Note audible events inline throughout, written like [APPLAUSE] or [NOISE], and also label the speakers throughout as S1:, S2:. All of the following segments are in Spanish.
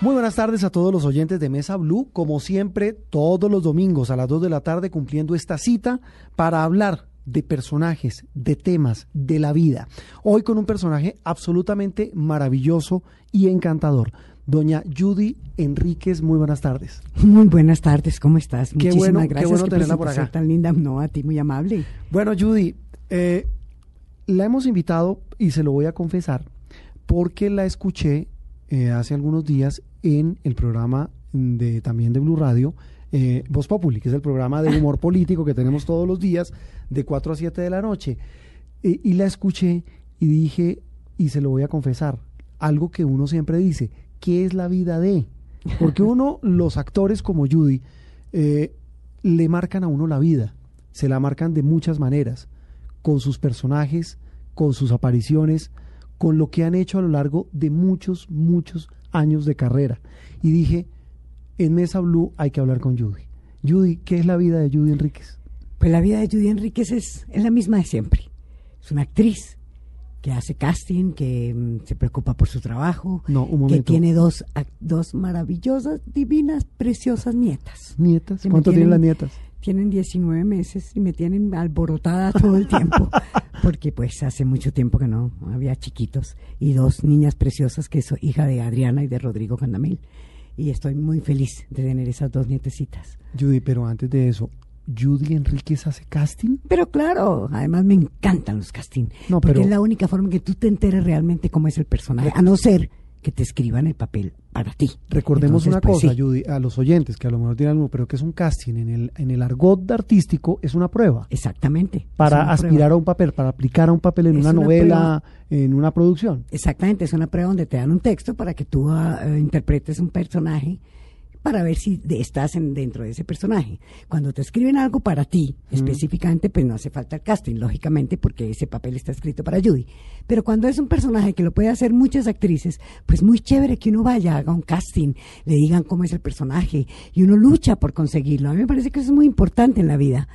S1: Muy buenas tardes a todos los oyentes de Mesa Blue, como siempre todos los domingos a las 2 de la tarde cumpliendo esta cita para hablar de personajes, de temas, de la vida. Hoy con un personaje absolutamente maravilloso y encantador. Doña Judy Enríquez, muy buenas tardes.
S2: Muy buenas tardes, ¿cómo estás?
S1: Qué
S2: Muchísimas
S1: bueno- qué
S2: gracias
S1: bueno
S2: qué
S1: tenerla por
S2: presentación
S1: acá.
S2: tan linda. No, a ti muy amable.
S1: Bueno, Judy, eh, la hemos invitado y se lo voy a confesar porque la escuché eh, hace algunos días en el programa de también de Blue Radio, eh, Voz Populi, que es el programa de humor político que tenemos todos los días de 4 a 7 de la noche. Eh, y la escuché y dije, y se lo voy a confesar, algo que uno siempre dice, ¿qué es la vida de? Porque uno, los actores como Judy, eh, le marcan a uno la vida, se la marcan de muchas maneras, con sus personajes, con sus apariciones, con lo que han hecho a lo largo de muchos, muchos años de carrera. Y dije, en Mesa Blue hay que hablar con Judy. Judy, ¿qué es la vida de Judy Enríquez?
S2: Pues la vida de Judy Enríquez es, es la misma de siempre. Es una actriz que hace casting, que mm, se preocupa por su trabajo,
S1: No, un
S2: que
S1: momento.
S2: tiene dos, ac- dos maravillosas, divinas, preciosas nietas.
S1: ¿Nietas?
S2: que me
S1: ¿Cuánto tienen las
S2: tienen-
S1: nietas?
S2: Tienen 19 meses y me tienen alborotada todo el
S1: [LAUGHS]
S2: tiempo, porque pues hace mucho tiempo que no había chiquitos y dos niñas preciosas que soy hija de Adriana y de Rodrigo Candamil. Y estoy muy feliz de tener esas dos nietecitas.
S1: Judy, pero antes de eso, ¿Judy Enríquez hace casting?
S2: Pero claro, además me encantan los casting,
S1: No,
S2: porque
S1: pero-
S2: es la única forma en que tú te enteres realmente cómo es el personaje, a no ser que te escriban el papel para ti.
S1: Recordemos
S2: Entonces,
S1: una
S2: pues,
S1: cosa,
S2: sí.
S1: Judy, a los oyentes que a lo mejor dirán, "No, pero que es un casting, en el, en el argot artístico es una prueba.
S2: Exactamente. Es
S1: para
S2: una
S1: aspirar
S2: prueba.
S1: a un papel, para aplicar a un papel en
S2: Es
S1: una,
S2: una
S1: novela, en una producción.
S2: Exactamente, es una prueba donde te dan un texto para que tú ah, eh, interpretes un personaje para ver si de- estás en- dentro de ese personaje. Cuando te escriben algo para ti específicamente, pues no hace falta el casting, lógicamente, porque ese papel está escrito para Judy. Pero cuando es un personaje que lo puede hacer muchas actrices, pues muy chévere que uno vaya, haga un casting, le digan cómo es el personaje y uno lucha por conseguirlo. A mí me parece que eso es muy importante en la vida.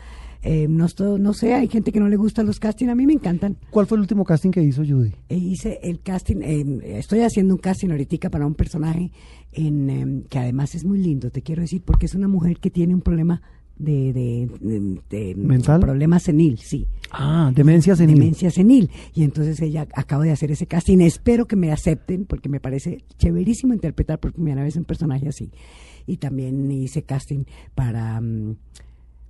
S2: Eh, no, esto- no sé, hay gente que no le gustan los castings, a mí me encantan.
S1: ¿Cuál fue el último casting que hizo Judy?
S2: E hice el casting, eh, estoy haciendo un casting ahorita para un personaje en, eh, que además es muy lindo, te quiero decir, porque es una mujer que tiene un problema de... de, de- de-
S1: ¿Mental?
S2: Problema senil, sí.
S1: Ah, Demencia Senil.
S2: Demencia senil. Y entonces ella acaba de hacer ese casting. Espero que me acepten porque me parece chéverísimo interpretar por primera vez un personaje así. Y también hice casting para... mm,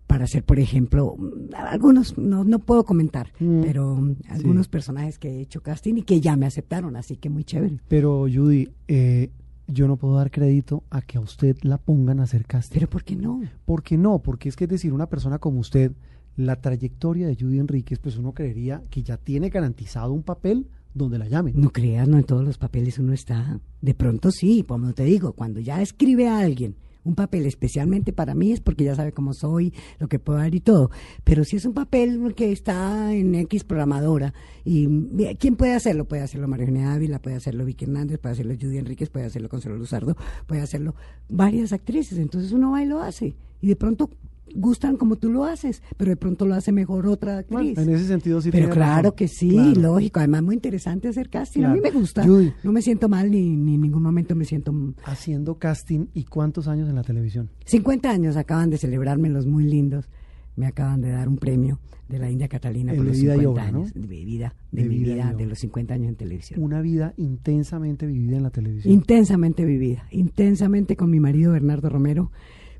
S2: para hacer, por ejemplo, mm, algunos, no, no puedo comentar,
S1: Mm.
S2: pero mm, algunos personajes que he hecho casting y que ya me aceptaron, así que muy chévere.
S1: Pero Judy, eh, yo no puedo dar crédito a que a usted la pongan a hacer casting.
S2: Pero ¿por qué no?
S1: ¿Por qué no? Porque es que es decir, una persona como usted, la trayectoria de Judy Enríquez, pues uno creería que ya tiene garantizado un papel donde la llamen.
S2: No creas, no en todos los papeles uno está. De pronto sí, como te digo, cuando ya escribe a alguien un papel especialmente para mí es porque ya sabe cómo soy, lo que puedo dar y todo. Pero si es un papel que está en X programadora, y mira, ¿quién puede hacerlo? Puede hacerlo María Eugenia Ávila, puede hacerlo Vicky Hernández, puede hacerlo Judy Enríquez, puede hacerlo Consuelo Luzardo, puede hacerlo varias actrices. Entonces uno va y lo hace. Y de pronto gustan como tú lo haces, pero de pronto lo hace mejor otra actriz.
S1: Bueno, en ese sentido sí
S2: Pero
S1: tiene
S2: claro
S1: razón.
S2: que sí,
S1: Claro.
S2: lógico. Además, muy interesante hacer casting. A mí me
S1: Claro.
S2: gusta.
S1: Judy.
S2: No me siento mal ni, ni en ningún momento me siento.
S1: Haciendo casting y cuántos años en la televisión.
S2: 50 años acaban de celebrarme los muy lindos. Me acaban de dar un premio de la India Catalina
S1: El
S2: por
S1: de
S2: los
S1: vida y
S2: 50
S1: obra, ¿no?
S2: años. De mi vida, de,
S1: De
S2: mi
S1: vida y
S2: vida,
S1: obra.
S2: de los 50 años en televisión.
S1: Una vida intensamente vivida en la televisión.
S2: Intensamente vivida, intensamente con mi marido Bernardo Romero,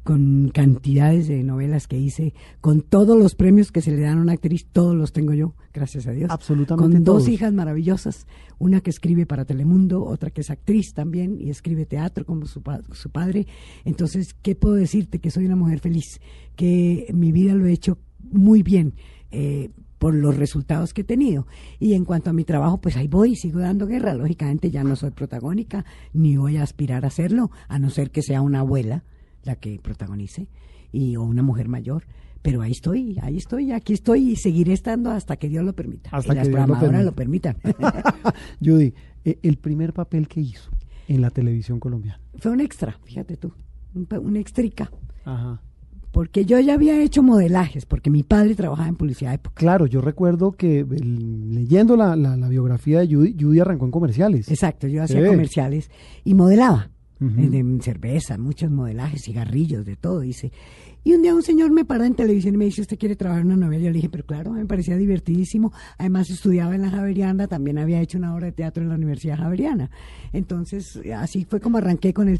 S2: con cantidades de novelas que hice, con todos los premios que se le dan a una actriz, todos los tengo yo, gracias a Dios.
S1: Absolutamente
S2: Con
S1: todos.
S2: dos hijas maravillosas, una que escribe para Telemundo, otra que es actriz también y escribe teatro como su, pa- su padre. Entonces, ¿qué puedo decirte? Que soy una mujer feliz, que mi vida lo he hecho muy bien. eh, por los resultados que he tenido. Y en cuanto a mi trabajo, pues ahí voy, sigo dando guerra. Lógicamente ya no soy protagónica, ni voy a aspirar a serlo, a no ser que sea una abuela la que protagonice, y, o una mujer mayor. Pero ahí estoy, ahí estoy, aquí estoy y seguiré estando hasta que Dios lo permita.
S1: Hasta
S2: y las
S1: que Dios lo
S2: programadoras lo permitan.
S1: Judy, eh, el primer papel que hizo en la televisión colombiana.
S2: [LAUGHS] Fue un extra, fíjate tú, un, pa- un extrica.
S1: Ajá.
S2: Porque yo ya había hecho modelajes, porque mi padre trabajaba en publicidad de época.
S1: Claro, yo recuerdo que el- leyendo la, la- la biografía de Judy, Judy arrancó en comerciales.
S2: Exacto, yo hacía
S1: Sí.
S2: comerciales y modelaba. Uh -huh. de cerveza, muchos modelajes, cigarrillos, de todo, dice. Y un día un señor me paró en televisión y me dice, ¿usted quiere trabajar en una novela? Yo le dije, pero claro, me parecía divertidísimo. Además estudiaba en la Javeriana, también había hecho una obra de teatro en la Universidad Javeriana. Entonces, así fue como arranqué con el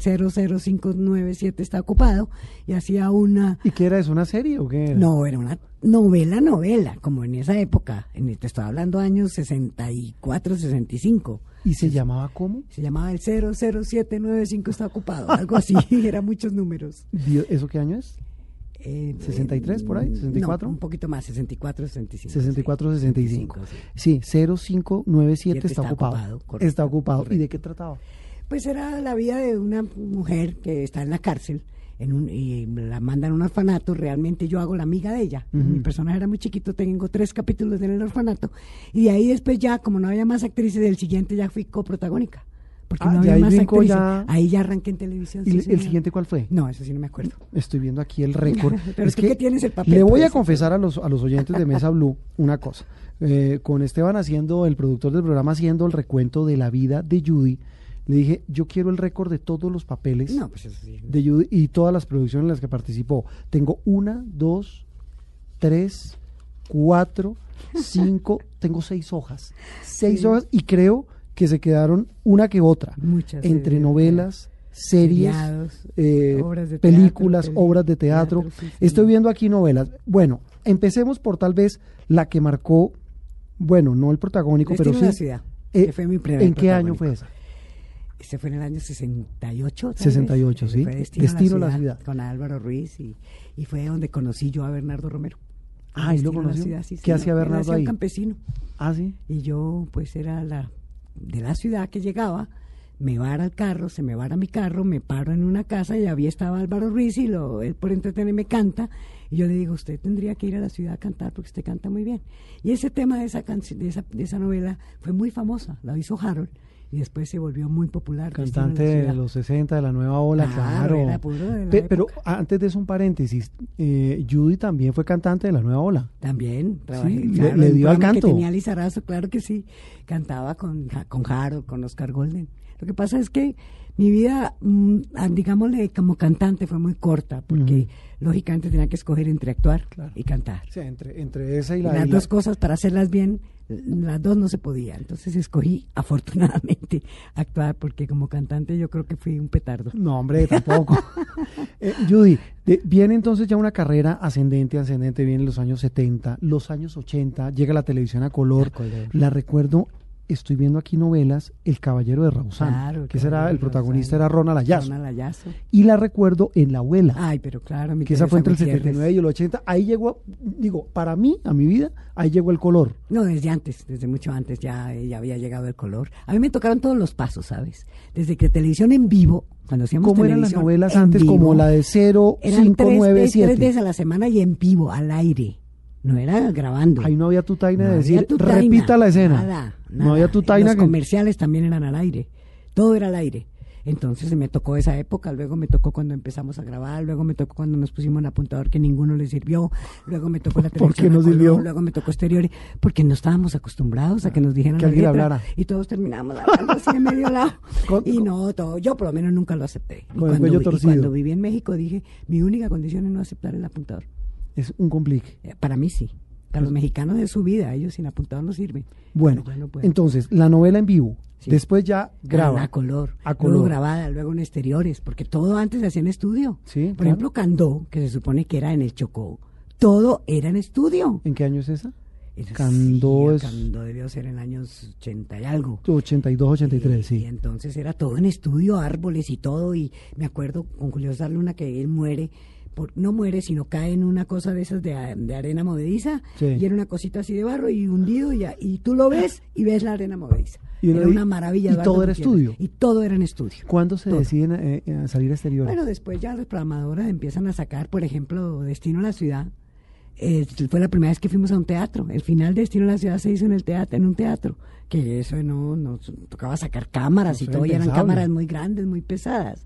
S2: 00597 está ocupado y hacía una...
S1: ¿Y qué era eso, una serie o qué era?
S2: No, era una novela, novela, como en esa época, en, te estoy hablando años 64, 65.
S1: ¿Y se llamaba cómo?
S2: Se llamaba el 00795 está ocupado,
S1: [LAUGHS]
S2: algo así, eran muchos números.
S1: ¿Eso qué año es? Eh, ¿63 por ahí? ¿64? No,
S2: un poquito más, 64, 65.
S1: 64, 65. 65 sí, sí 0597 está, está, ocupado. ocupado correcto, está ocupado. Correcto. ¿Y de qué trataba?
S2: Pues era la vida de una mujer que está en la cárcel. En un, y la mandan a un orfanato, realmente yo hago la amiga de ella. Uh -huh. Mi personaje era muy chiquito, tengo tres capítulos en el orfanato. Y de ahí después ya, como no había más actrices, del siguiente ya fui coprotagónica. Porque ah, no había más actrices. Ya... Ahí ya arranqué en televisión.
S1: ¿Y sí, el, sí, el siguiente cuál fue?
S2: No, eso sí no me acuerdo.
S1: Estoy viendo aquí el récord.
S2: [LAUGHS] Pero es que, que, tienes el papel. pues,
S1: Le voy a confesar a los, a los oyentes de Mesa Blue una cosa. Eh, con Esteban haciendo, el productor del programa, haciendo el recuento de la vida de Judy. Le dije, yo quiero el récord de todos los papeles
S2: no, pues sí.
S1: de Judy y todas las producciones en las que participó. Tengo una, dos, tres, cuatro,
S2: [LAUGHS]
S1: cinco, tengo seis hojas. Seis sí. hojas y creo que se quedaron una que otra.
S2: Muchas.
S1: Entre series, novelas, series, seriados, eh, obras de películas, teatro, obras de teatro. teatro sí, Estoy viendo aquí novelas. Bueno, empecemos por tal vez la que marcó, bueno, no el protagónico,
S2: Destino
S1: pero sí.
S2: La ciudad, eh, que fue mi
S1: ¿En qué año fue esa?
S2: Este fue en el año 68.
S1: ¿sabes? 68, sí.
S2: Fue Destino, Destino a la, ciudad, la, ciudad, Con Álvaro Ruiz y, y, fue donde conocí yo a Bernardo Romero.
S1: Ah, y lo conocí.
S2: Ciudad, sí,
S1: ¿Qué hacía Bernardo ahí?
S2: un campesino.
S1: Ah, sí.
S2: Y yo, pues, era la de la ciudad que llegaba, me vara al carro, se me vara mi carro, me paro en una casa y había estaba Álvaro Ruiz y lo, él por entretenerme canta. Y yo le digo, usted tendría que ir a la ciudad a cantar porque usted canta muy bien. Y ese tema de esa, de esa, de esa novela fue muy famosa, la hizo Harold y después se volvió muy popular.
S1: Cantante de los 60, de la nueva ola, claro.
S2: claro.
S1: Pe pero antes de eso, un paréntesis, eh, Judy también fue cantante de la nueva ola.
S2: También, trabajé,
S1: sí, claro, le, le, dio al canto.
S2: Que tenía Lizarazo, claro que sí, cantaba con, con Jaro, con Oscar Golden. Lo que pasa es que mi vida, mm, digámosle, como cantante fue muy corta, porque uh -huh. lógicamente tenía que escoger entre actuar claro. y cantar.
S1: Sí, entre, entre esa y la...
S2: Y las
S1: y
S2: dos
S1: la...
S2: cosas, para hacerlas bien, las dos no se podía. Entonces escogí, [LAUGHS] afortunadamente, actuar, porque como cantante yo creo que fui un petardo.
S1: No, hombre, [LAUGHS] tampoco. eh, Judy, de, viene entonces ya una carrera ascendente, ascendente, vienen los años 70, los años 80, llega la televisión a color. color. la recuerdo estoy viendo aquí novelas El Caballero de Rausán, claro, que será el protagonista Rausán, era Ronald Ah, Ayazo.
S2: Ronald Ayazo.
S1: Y la recuerdo en La abuela.
S2: Ay, pero claro, mi
S1: que esa fue entre el 79 y el 80. Ahí llegó, digo, para mí, a mi vida, ahí llegó el color.
S2: No, desde antes, desde mucho antes ya, eh, ya había llegado el color. A mí me tocaron todos los pasos, ¿sabes? Desde que televisión en vivo, cuando hacíamos
S1: ¿Cómo eran las novelas antes? Vivo, como la de 0,
S2: eran 5, tres, 9, tres, 7. Tres veces a la semana y en vivo, al aire. No era grabando.
S1: Ahí no había tu taina no de decir, taina, repita la escena.
S2: Nada,
S1: nada. No había tu taina.
S2: Los que... comerciales también eran al aire. Todo era al aire. Entonces me tocó esa época, luego me tocó cuando empezamos a grabar, luego me tocó cuando nos pusimos un apuntador que ninguno le sirvió, luego me tocó la televisión,
S1: [LAUGHS] ¿Por qué no sirvió?
S2: Color, luego me tocó exteriores, porque no estábamos acostumbrados a que nos dijeran
S1: que alguien la hablara
S2: y todos terminamos hablando así en
S1: [LAUGHS]
S2: medio lado con, y no todo, yo por lo menos nunca lo acepté.
S1: Y cuando, el
S2: y cuando viví en México dije, mi única condición es no aceptar el apuntador.
S1: Es un complique.
S2: Eh, Para mí sí. Para los mexicanos de su vida, ellos sin apuntado no sirven.
S1: Bueno, no entonces, la novela en vivo. Sí. Ah, Después ya graba.
S2: A color.
S1: A color.
S2: Luego grabada, luego en exteriores, porque todo antes se hacía en estudio.
S1: Sí,
S2: Por claro. ejemplo, Candó, que se supone que era en el Chocó, todo era en estudio.
S1: ¿En qué año es esa?
S2: Era Candó sí, es... Candó debió ser en años 80 y algo.
S1: 82, 83,
S2: y,
S1: sí.
S2: Y entonces era todo en estudio, árboles y todo. Y me acuerdo con Julio Sarluna que él muere no muere, sino cae en una cosa de esas de, de arena movediza, sí. y era una cosita así de barro y hundido, y, y tú lo ves y ves la arena movediza. Y era, era una maravilla.
S1: Y todo era estudio.
S2: Y todo era en estudio.
S1: ¿Cuándo se todo. deciden eh, a salir exterior?
S2: Bueno, después ya las programadoras empiezan a sacar, por ejemplo, Destino a la Ciudad. Eh, fue la primera vez que fuimos a un teatro. El final de Destino a la Ciudad se hizo en el teatro, en un teatro. Que eso no, nos tocaba sacar cámaras no y todo, y eran cámaras muy grandes, muy pesadas.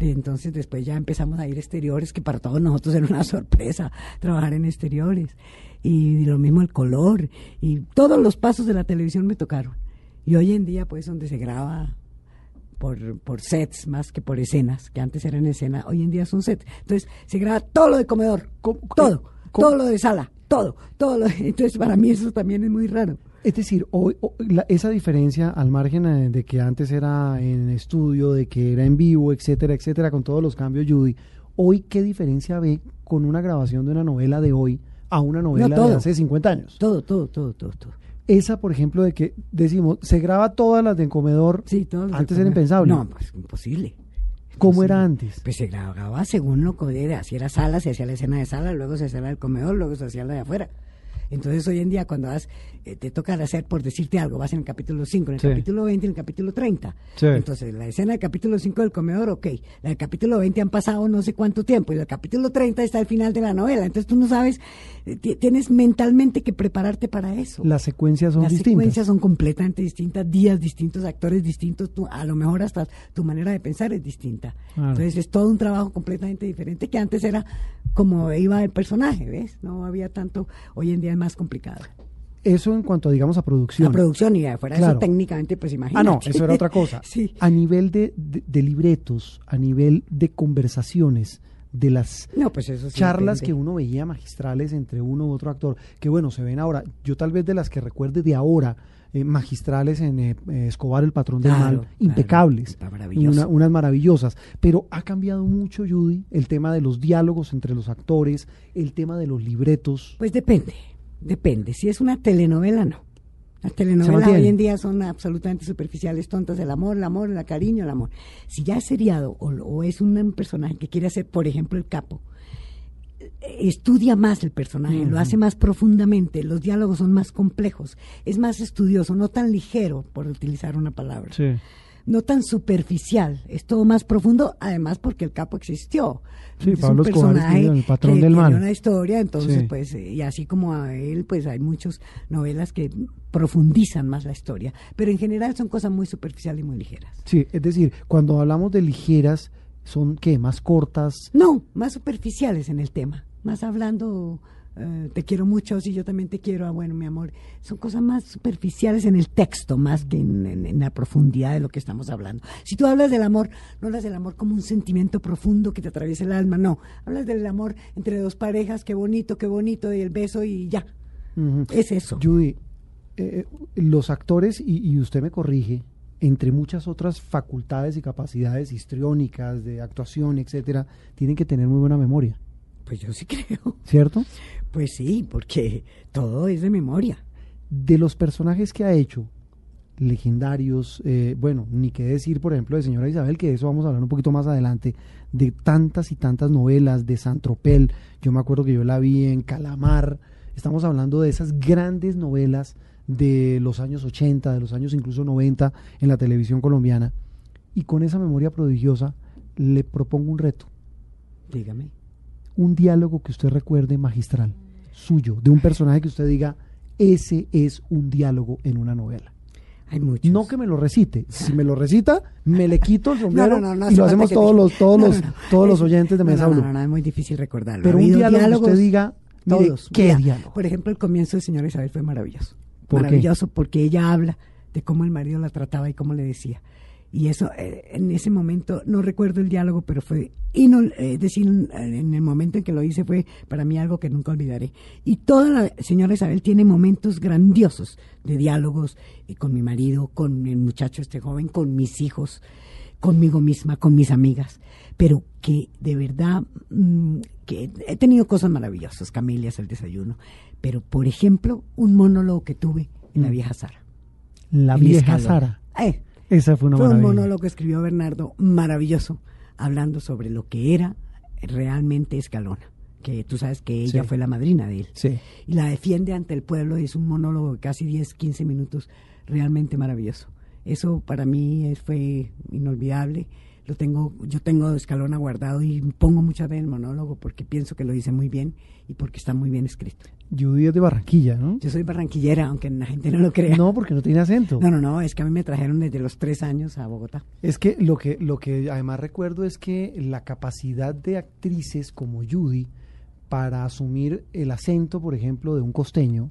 S2: Entonces después ya empezamos a ir exteriores, que para todos nosotros era una [LAUGHS] sorpresa trabajar en exteriores. Y lo mismo el color, y todos los pasos de la televisión me tocaron. Y hoy en día, pues, donde se graba por, por sets más que por escenas, que antes eran escenas, hoy en día son sets. Entonces se graba todo lo de comedor,
S1: ¿Cómo-
S2: todo,
S1: cómo-
S2: todo lo de sala, todo, todo lo [LAUGHS] Entonces para mí eso también es muy raro.
S1: Es decir, hoy, o- la- esa diferencia al margen eh, de que antes era en estudio, de que era en vivo, etcétera, etcétera, con todos los cambios, Judy, hoy qué diferencia ve con una grabación de una novela de hoy a una novela de
S2: todo.
S1: hace 50 años.
S2: Todo, todo, todo, todo, todo.
S1: Esa, por ejemplo, de que decimos, se graba todas las de en comedor,
S2: Sí, todo lo de
S1: antes era
S2: comer.
S1: impensable.
S2: No, pues imposible.
S1: ¿Cómo
S2: sí.
S1: era antes?
S2: Pues se grababa según lo que hubiera. Si era sala, se hacía la escena de sala, luego se hacía la del comedor, luego se hacía la de afuera. Entonces hoy en día cuando vas, eh, te toca hacer, por decirte algo, vas en el capítulo 5, en el
S1: Sí.
S2: capítulo 20, en el capítulo 30.
S1: Sí.
S2: Entonces la escena del capítulo 5 del comedor, ok. La del capítulo 20 han pasado no sé cuánto tiempo y el capítulo 30 está al final de la novela. Entonces tú no sabes, eh, ti- tienes mentalmente que prepararte para eso.
S1: Las secuencias son
S2: Las
S1: distintas.
S2: secuencias son completamente distintas, días distintos, actores distintos, tú- a lo mejor hasta tu manera de pensar es distinta.
S1: Claro.
S2: Entonces es todo un trabajo completamente diferente que antes era como iba el personaje, ¿ves? No había tanto, hoy en día es más complicado.
S1: Eso en cuanto, digamos, a producción.
S2: La producción y afuera
S1: Claro.
S2: eso técnicamente pues
S1: Ah,
S2: imagínate.
S1: no, eso era otra cosa.
S2: [LAUGHS] sí.
S1: A nivel de, de- de libretos, a nivel de conversaciones, de las
S2: No, pues eso sí
S1: charlas que
S2: depende.
S1: uno veía magistrales entre uno u otro actor, que bueno, se ven ahora. Yo tal vez de las que recuerde de ahora, eh, magistrales en eh, eh, Escobar, el patrón del
S2: Claro,
S1: mal,
S2: claro.
S1: impecables,
S2: Está maravilloso.
S1: una- unas maravillosas. Pero ha cambiado mucho, Judy, el tema de los diálogos entre los actores, el tema de los libretos.
S2: Pues depende, depende. Si es una telenovela, no. Las telenovelas
S1: mantiene.
S2: hoy en día son absolutamente superficiales, tontas. El amor, el amor, el cariño, el amor. Si ya es seriado o, o es un personaje que quiere hacer, por ejemplo, el capo, eh, estudia más el personaje, lo hace más profundamente, los diálogos son más complejos, es más estudioso, no tan ligero, por utilizar una palabra no tan superficial, es todo más profundo, además porque el capo existió.
S1: Sí,
S2: Es un
S1: Pablo Escobar
S2: personaje
S1: escribió El patrón
S2: que
S1: del
S2: tiene
S1: mal.
S2: una historia, entonces
S1: Sí.
S2: pues eh, y así como a él, pues hay muchas novelas que profundizan más la historia, pero en general son cosas muy superficiales y muy ligeras.
S1: Sí, es decir, cuando hablamos de ligeras, son que más cortas.
S2: No, más superficiales en el tema, más hablando eh, te quiero mucho, sí, yo también te quiero, ah, bueno, mi amor. Son cosas más superficiales en el texto, más que en, en- en la profundidad de lo que estamos hablando. Si tú hablas del amor, no hablas del amor como un sentimiento profundo que te atraviesa el alma, no. Hablas del amor entre dos parejas, qué bonito, qué bonito, y el beso y ya.
S1: Ujú.
S2: Es eso.
S1: Judy, eh, los actores, y, y usted me corrige, entre muchas otras facultades y capacidades histriónicas, de actuación, etcétera, tienen que tener muy buena memoria,
S2: Pues yo sí [LAUGHS] creo.
S1: ¿cierto?
S2: Pues sí, porque todo es de memoria.
S1: De los personajes que ha hecho, legendarios, eh, bueno, ni qué decir, por ejemplo, de señora Isabel, que de eso vamos a hablar un poquito más adelante, de tantas y tantas novelas, de Santropel, yo me acuerdo que yo la vi en Calamar, estamos hablando de esas grandes novelas de los años 80, de los años incluso 90 en la televisión colombiana, y con esa memoria prodigiosa le propongo un reto,
S2: Dígame.
S1: un diálogo que usted recuerde magistral, suyo, de un personaje que usted diga, ese es un diálogo en una novela.
S2: Hay muchos.
S1: No que me lo recite. Si me lo recita, me le quito el sombrero
S2: [LAUGHS] No, no, no, no
S1: y lo
S2: hace falta
S1: hacemos
S2: que
S1: todos
S2: te-
S1: los, todos
S2: No,
S1: los,
S2: no, no.
S1: todos los
S2: Es-
S1: oyentes de
S2: no,
S1: Mesa
S2: no,
S1: Blue.
S2: No, no, es muy difícil recordarlo.
S1: Pero
S2: Ha
S1: un
S2: habido
S1: diálogo que usted
S2: diálogos-
S1: diga, mire,
S2: todos.
S1: qué
S2: Mira,
S1: diálogo.
S2: Por ejemplo, el comienzo de Señora Isabel fue maravilloso.
S1: ¿Por qué?
S2: maravilloso porque ella habla de cómo el marido la trataba y cómo le decía. Y eso, eh, en ese momento, no recuerdo el diálogo, pero fue, y no, es decir, eh, en el momento en que lo hice fue para mí algo que nunca olvidaré. Y toda la señora Isabel tiene momentos grandiosos de diálogos eh, con mi marido, con el muchacho este joven, con mis hijos conmigo misma, con mis amigas, pero que de verdad mm, que he tenido cosas maravillosas, Camilias, el desayuno, pero por ejemplo, un monólogo que tuve en la
S1: Mm.
S2: vieja Sara.
S1: La
S2: en
S1: vieja
S2: Escalón.
S1: Sara.
S2: Eh,
S1: Esa fue una
S2: fue un
S1: maravilla.
S2: monólogo que escribió Bernardo, maravilloso, hablando sobre lo que era realmente Escalona, que tú sabes que ella
S1: Sí.
S2: fue la madrina de él
S1: Sí.
S2: y la defiende ante el pueblo. Es un monólogo de casi 10, 15 minutos, realmente maravilloso. Eso para mí es- fue inolvidable. Lo tengo, yo tengo Escalona guardado y pongo muchas veces el monólogo porque pienso que lo hice muy bien y porque está muy bien escrito.
S1: Judy es de Barranquilla, ¿no?
S2: Yo soy barranquillera, aunque la gente no lo crea.
S1: No, porque no tiene acento.
S2: no, no, no, es que a mí me trajeron desde los tres años a Bogotá.
S1: Es que lo que lo que además recuerdo es que la capacidad de actrices como Judy para asumir el acento, por ejemplo, de un costeño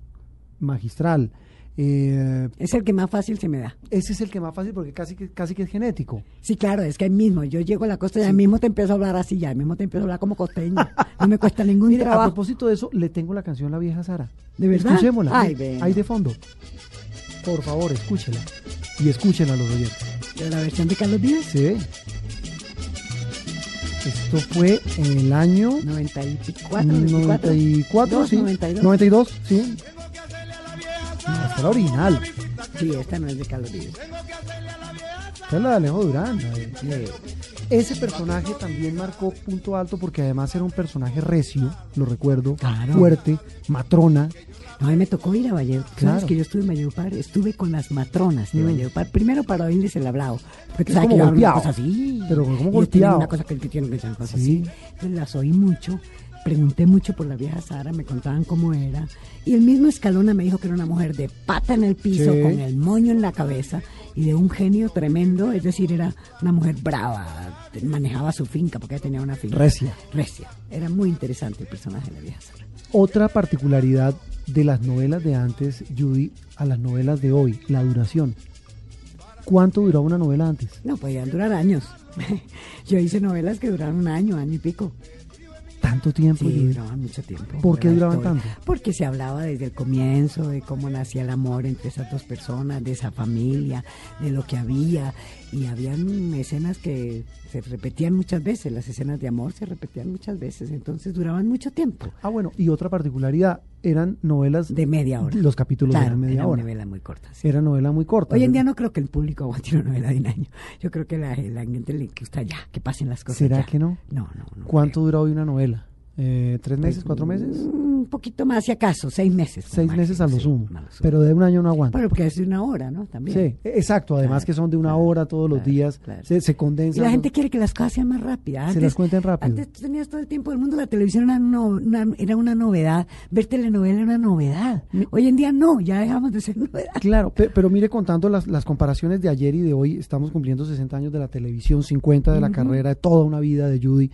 S1: magistral, Eh,
S2: Es el que más fácil se me da.
S1: ese es el que más fácil porque casi que, casi que es genético.
S2: Sí, claro, es que ahí mismo, yo llego a la costa y ahí mismo te empiezo a hablar así, ya ahí mismo te empiezo a hablar
S1: [LAUGHS]
S2: como costeño. No me cuesta ningún
S1: Mire, a
S2: trabajo.
S1: propósito de eso, le tengo la canción La Vieja Sara.
S2: ¿De verdad?
S1: Escuchémosla.
S2: Ay,
S1: mire,
S2: bueno.
S1: ahí de fondo. Por favor, escúchela. Y escúchenla los oyentes.
S2: De la versión de Carlos Díaz,
S1: Sí. Esto fue en el año
S2: 94, 94.
S1: 94,
S2: Dos,
S1: sí.
S2: 92.
S1: 92, sí. Esta es la original.
S2: Sí, esta no es de Carlos Díaz.
S1: Esta es la de Alejo Durán. la de- Ese personaje también marcó punto alto porque además era un personaje recio, lo recuerdo,
S2: Claro.
S1: fuerte, matrona.
S2: No, a mí me tocó ir a Valledupar. Sabes
S1: Claro.
S2: que yo estuve en Valledupar, estuve con las matronas de
S1: Mm.
S2: Valledupar. Primero para oírles el hablado. Porque
S1: Es
S2: sabes
S1: como
S2: que yo hablo una
S1: golpeado.
S2: cosa así.
S1: Pero como
S2: Ellos
S1: golpeado.
S2: tienen Una cosa que, que tienen que ser cosas
S1: Sí.
S2: así. Entonces las oí mucho. Pregunté mucho por la vieja Sara, me contaban cómo era. Y el mismo Escalona me dijo que era una mujer de pata en el piso,
S1: Sí.
S2: con el moño en la cabeza y de un genio tremendo. Es decir, era una mujer brava, manejaba su finca porque ella tenía una finca.
S1: Recia.
S2: Recia. Era muy interesante el personaje de la vieja Sara.
S1: Otra particularidad de las novelas de antes, Judy, a las novelas de hoy, la duración. ¿Cuánto duraba una novela antes?
S2: No, podían durar años. [LAUGHS] Yo hice novelas que duraron un año, año y pico.
S1: Tanto tiempo.
S2: Sí,
S1: Judy?
S2: duraban mucho tiempo.
S1: ¿Por qué
S2: Era
S1: duraban
S2: historia.
S1: tanto?
S2: Porque se hablaba desde el comienzo de cómo nacía el amor entre esas dos personas, de esa familia, de lo que había. Y habían escenas que se repetían muchas veces, las escenas de amor se repetían muchas veces, entonces duraban mucho tiempo,
S1: Ah, bueno, y otra particularidad, eran novelas,
S2: de media hora.
S1: los capítulos
S2: Claro,
S1: eran media
S2: era
S1: hora.
S2: una novela muy corta. sí.
S1: Era novela muy corta.
S2: Hoy en día no creo que el público aguante una novela de un año. Yo creo que la, la gente le gusta ya, que pasen las cosas
S1: ¿Será
S2: ya.
S1: que no?
S2: No, no, no.
S1: ¿Cuánto dura hoy una novela? Eh, ¿Tres meses,
S2: Pues,
S1: cuatro meses?
S2: Mm, Un poquito más, si acaso, seis meses. como
S1: Seis
S2: máximo,
S1: meses a lo
S2: sí,
S1: sumo.
S2: a lo sumo.
S1: Pero de un año no aguanta.
S2: Pero porque es de una hora, ¿no? También.
S1: Sí, exacto. Además
S2: Claro,
S1: que son de una
S2: claro,
S1: hora todos los
S2: claro,
S1: días.
S2: claro.
S1: Se, se condensan.
S2: Y la
S1: los-
S2: gente quiere que las cosas sean más rápidas.
S1: Se las cuenten rápido.
S2: Antes tú tenías todo el tiempo del mundo. La televisión era no- una, era una novedad. Ver telenovela era una novedad. Hoy en día no, ya dejamos de ser [LAUGHS] novedad.
S1: Claro, pe- pero mire, contando las, las comparaciones de ayer y de hoy, estamos cumpliendo 60 años de la televisión, 50 de la carrera, de toda una vida de Judy.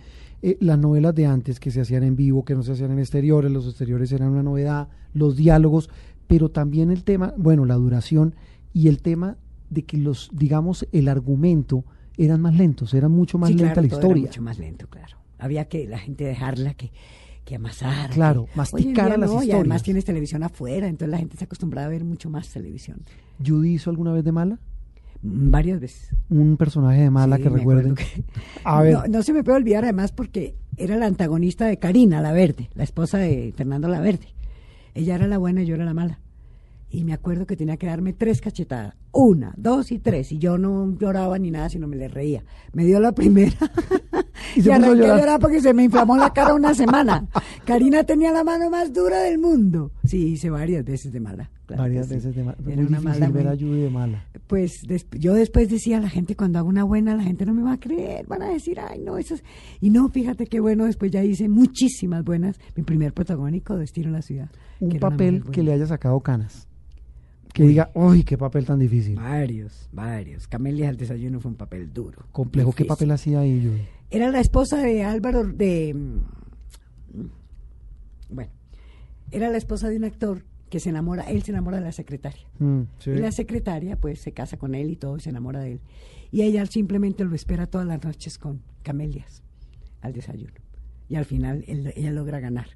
S1: Eh, las novelas de antes que se hacían en vivo, que no se hacían en exteriores, los exteriores eran una novedad, los diálogos, pero también el tema, bueno, la duración y el tema de que los, digamos, el argumento eran más lentos, era mucho más
S2: Sí,
S1: lenta la
S2: claro, todo era
S1: historia.
S2: mucho más lento, claro. Había que la gente dejarla que, que amasara.
S1: Claro,
S2: que-
S1: masticara
S2: Hoy en día
S1: las
S2: no, Y además
S1: historias.
S2: tienes televisión afuera, entonces la gente se acostumbraba a ver mucho más televisión.
S1: ¿Judy hizo alguna vez de mala?
S2: Mm, Varias veces.
S1: Un personaje de mala
S2: Sí,
S1: que
S2: me
S1: recuerden.
S2: acuerdo que-
S1: A ver,
S2: [LAUGHS] No, no se me puede olvidar además porque era la antagonista de Karina La Verde, la esposa de Fernando La Verde. Ella era la buena y yo era la mala. Y me acuerdo que tenía que darme tres cachetadas. Una, dos y tres. Y yo no lloraba ni nada, sino me le reía. Me dio la primera.
S1: [LAUGHS] Y
S2: y,
S1: se puso a
S2: arranqué a
S1: llorar.
S2: llorar porque se me inflamó la
S1: [LAUGHS]
S2: cara una semana. Karina tenía la mano más dura del mundo. Sí, hice varias veces de mala. claro que
S1: varias
S2: sí.
S1: veces de mala.
S2: Era
S1: Muy
S2: una
S1: difícil
S2: mala
S1: ver
S2: muy-
S1: a Judy de mala.
S2: pues des- yo después decía a la gente cuando hago una buena la gente no me va a creer van a decir ay no esas y no fíjate qué bueno después ya hice muchísimas buenas mi primer protagónico Destino a la ciudad
S1: un
S2: que era una
S1: papel
S2: mujer
S1: que le
S2: buena.
S1: haya sacado canas. Que diga, uy, qué papel tan difícil.
S2: varios varios Camelia al desayuno fue un papel duro
S1: Complejo, ¿qué
S2: difícil.
S1: papel hacía ahí, Judy?
S2: era la esposa de Álvaro de mm, bueno era la esposa de un actor que se enamora él se enamora de la secretaria
S1: Mm, sí.
S2: Y la secretaria, pues, se casa con él y todo, y se enamora de él. Y ella simplemente lo espera todas las noches con camelias al desayuno. Y al final él- ella logra ganar.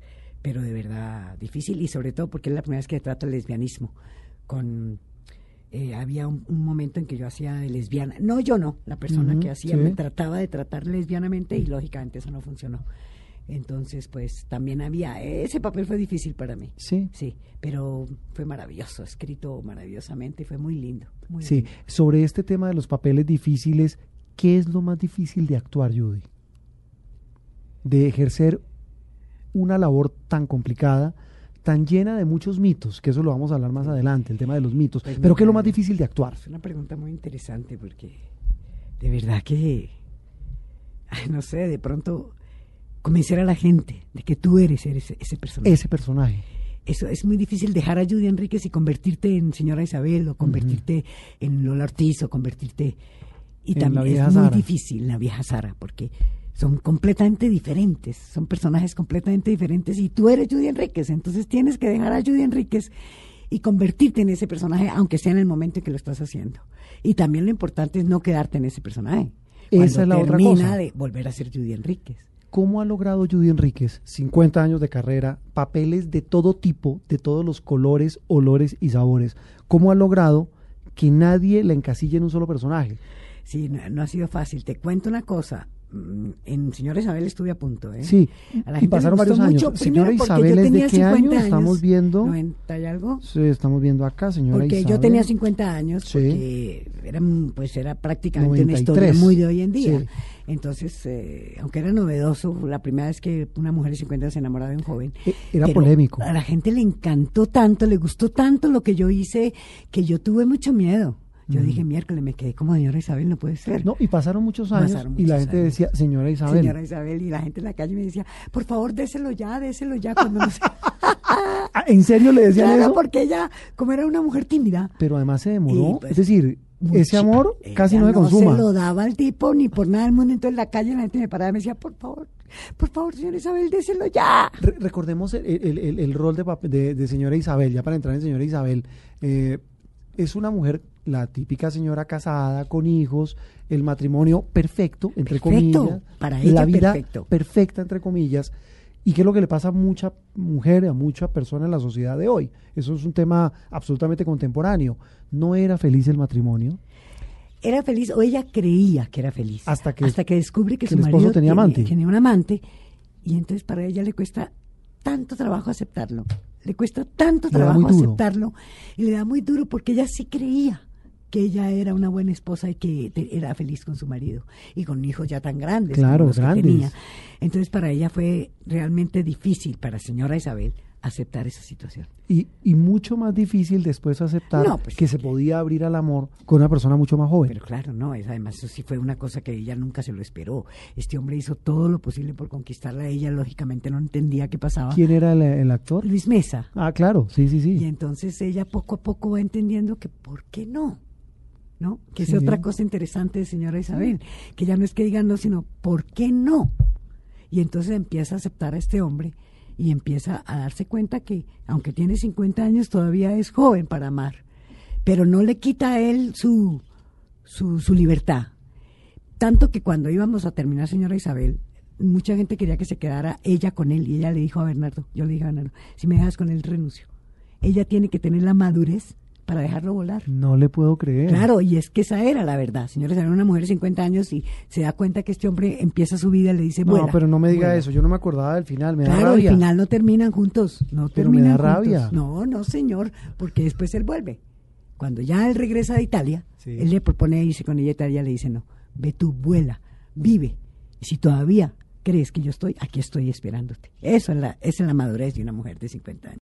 S2: Pero de verdad difícil, y sobre todo porque es la primera vez que trata el lesbianismo. Con, eh, había un, un momento en que yo hacía de lesbiana. No, yo no. La persona
S1: Ujú,
S2: que hacía
S1: sí.
S2: me trataba de tratar lesbianamente y lógicamente eso no funcionó. Entonces, pues, también había... Ese papel fue difícil para mí.
S1: Sí,
S2: Sí, pero fue maravilloso, escrito maravillosamente, fue muy lindo. Muy
S1: sí.
S2: lindo.
S1: Sobre este tema de los papeles difíciles, ¿qué es lo más difícil de actuar, Judy? De ejercer una labor tan complicada, tan llena de muchos mitos, que eso lo vamos a hablar más adelante, el tema de los mitos.
S2: Pues
S1: Pero ¿qué es lo
S2: mira, Pues
S1: más difícil de actuar?
S2: Es una pregunta muy interesante porque de verdad que, ay, no sé, de pronto convencer a la gente de que tú eres, eres ese personaje.
S1: Ese personaje.
S2: Eso es muy difícil dejar a Judy Enríquez y convertirte en señora Isabel o convertirte en Lola Ortiz o convertirte y
S1: En la
S2: también
S1: vieja
S2: es muy
S1: Sara.
S2: difícil la vieja Sara porque son completamente diferentes, son personajes completamente diferentes y tú eres Judy Enríquez, entonces tienes que dejar a Judy Enríquez y convertirte en ese personaje, aunque sea en el momento en que lo estás haciendo. Y también lo importante es no quedarte en ese personaje.
S1: Esa es la otra
S2: termina
S1: cosa.
S2: de volver a ser Judy Enríquez.
S1: ¿Cómo ha logrado Judy Enríquez 50 años de carrera, papeles de todo tipo, de todos los colores, olores y sabores? ¿Cómo ha logrado que nadie la encasille en un solo personaje?
S2: Sí, no, no ha sido fácil. Te cuento una cosa. Mm, En Señora Isabel estuve a punto. ¿eh?
S1: Sí,
S2: A la
S1: y
S2: gente le
S1: pasaron
S2: gustó
S1: varios años.
S2: mucho,
S1: Señora
S2: primero porque yo
S1: Isabel, ¿es de
S2: tenía
S1: qué año?
S2: 50
S1: Estamos
S2: años,
S1: viendo.
S2: 90 y algo.
S1: Sí, estamos viendo acá, señora
S2: Porque
S1: Isabel.
S2: yo tenía 50 años,
S1: Sí.
S2: porque era, mm, pues era prácticamente una
S1: 93.
S2: historia muy de hoy en día.
S1: Sí.
S2: Entonces, eh, aunque era novedoso, la primera vez que una mujer de 50 se enamora de un joven.
S1: Eh, era
S2: pero
S1: polémico.
S2: A la gente le encantó tanto, le gustó tanto lo que yo hice, que yo tuve mucho miedo. Yo
S1: Mm.
S2: dije, miércoles, me quedé como señora Isabel, no puede ser.
S1: No, y pasaron muchos años
S2: Pasaron
S1: y la
S2: muchos
S1: gente
S2: años.
S1: decía, señora Isabel.
S2: Señora Isabel, y la gente en la calle me decía, por favor, déselo ya, déselo ya. Cuando no se...
S1: Ah, ¿En serio le [LAUGHS] decían
S2: claro,
S1: eso?
S2: porque ella, como era una mujer tímida,
S1: Pero además se demoró.
S2: Y, pues,
S1: es decir, ese
S2: Muchísimo.
S1: amor
S2: Ella
S1: casi no se
S2: No
S1: consuma.
S2: se lo daba al tipo ni por nada del mundo. Entonces en la calle la gente me paraba y me decía, por favor, por favor, señora Isabel, déselo ya.
S1: Re- recordemos el, el- el- el rol de, pap- de- de señora Isabel, ya para entrar en señora Isabel. eh, es una mujer, la típica señora casada, con hijos, el matrimonio perfecto, entre
S2: Perfecto,
S1: comillas.
S2: para ella
S1: la vida
S2: perfecto.
S1: perfecta, entre comillas. ¿Y qué es lo que le pasa a mucha mujer, a mucha persona en la sociedad de hoy? Eso es un tema absolutamente contemporáneo. No era feliz el matrimonio.
S2: Era feliz, o ella creía que era feliz.
S1: Hasta que-
S2: descubre que,
S1: que
S2: su
S1: el esposo
S2: marido
S1: tenía
S2: tiene-
S1: amante.
S2: tenía un amante. Y entonces para ella le cuesta tanto trabajo aceptarlo. Le cuesta tanto
S1: Le da muy
S2: trabajo
S1: duro.
S2: aceptarlo. Y le da muy duro porque ella sí creía que ella era una buena esposa y que te- era feliz con su marido y con hijos ya tan grandes. como
S1: Claro,
S2: los que
S1: grandes.
S2: tenía. Entonces para ella fue realmente difícil, para señora Isabel, aceptar esa situación.
S1: Y, y mucho más difícil después aceptar
S2: No, pues,
S1: que se podía abrir al amor con una persona mucho más joven.
S2: Pero claro, no, es, además eso sí fue una cosa que ella nunca se lo esperó. Este hombre hizo todo lo posible por conquistarla, ella lógicamente no entendía qué pasaba.
S1: ¿Quién era el, el actor?
S2: Luis Mesa.
S1: Ah, claro, sí, sí,
S2: Y
S1: sí.
S2: entonces ella poco a poco va entendiendo que por qué no. ¿No? Que
S1: Sí.
S2: es otra cosa interesante de señora Isabel, que ya no es que digan no, sino por qué no. Y entonces empieza a aceptar a este hombre y empieza a darse cuenta que, aunque tiene 50 años, todavía es joven para amar. Pero no le quita a él su, su, su libertad. Tanto que cuando íbamos a terminar, señora Isabel, mucha gente quería que se quedara ella con él. Y ella le dijo a Bernardo, yo le dije a Bernardo, si me dejas con él, renuncio. Ella tiene que tener la madurez para dejarlo volar.
S1: No le puedo creer.
S2: Claro, y es que esa era la verdad. Señora Isabel, una mujer de 50 años y se da cuenta que este hombre empieza su vida, le dice,
S1: No,
S2: "Vuela,
S1: pero no me diga
S2: vuela".
S1: eso. Yo no me acordaba del final. Me da
S2: Claro,
S1: rabia.
S2: al final no terminan juntos. No
S1: Pero me
S2: terminan
S1: da
S2: juntos.
S1: rabia.
S2: No, no, señor, porque después él vuelve. Cuando ya él regresa de Italia,
S1: Sí.
S2: él le propone irse con ella a Italia, le dice, no, ve tú, vuela, vive. Y si todavía crees que yo estoy, aquí estoy esperándote. Eso es la, esa es la madurez de una mujer de 50 años.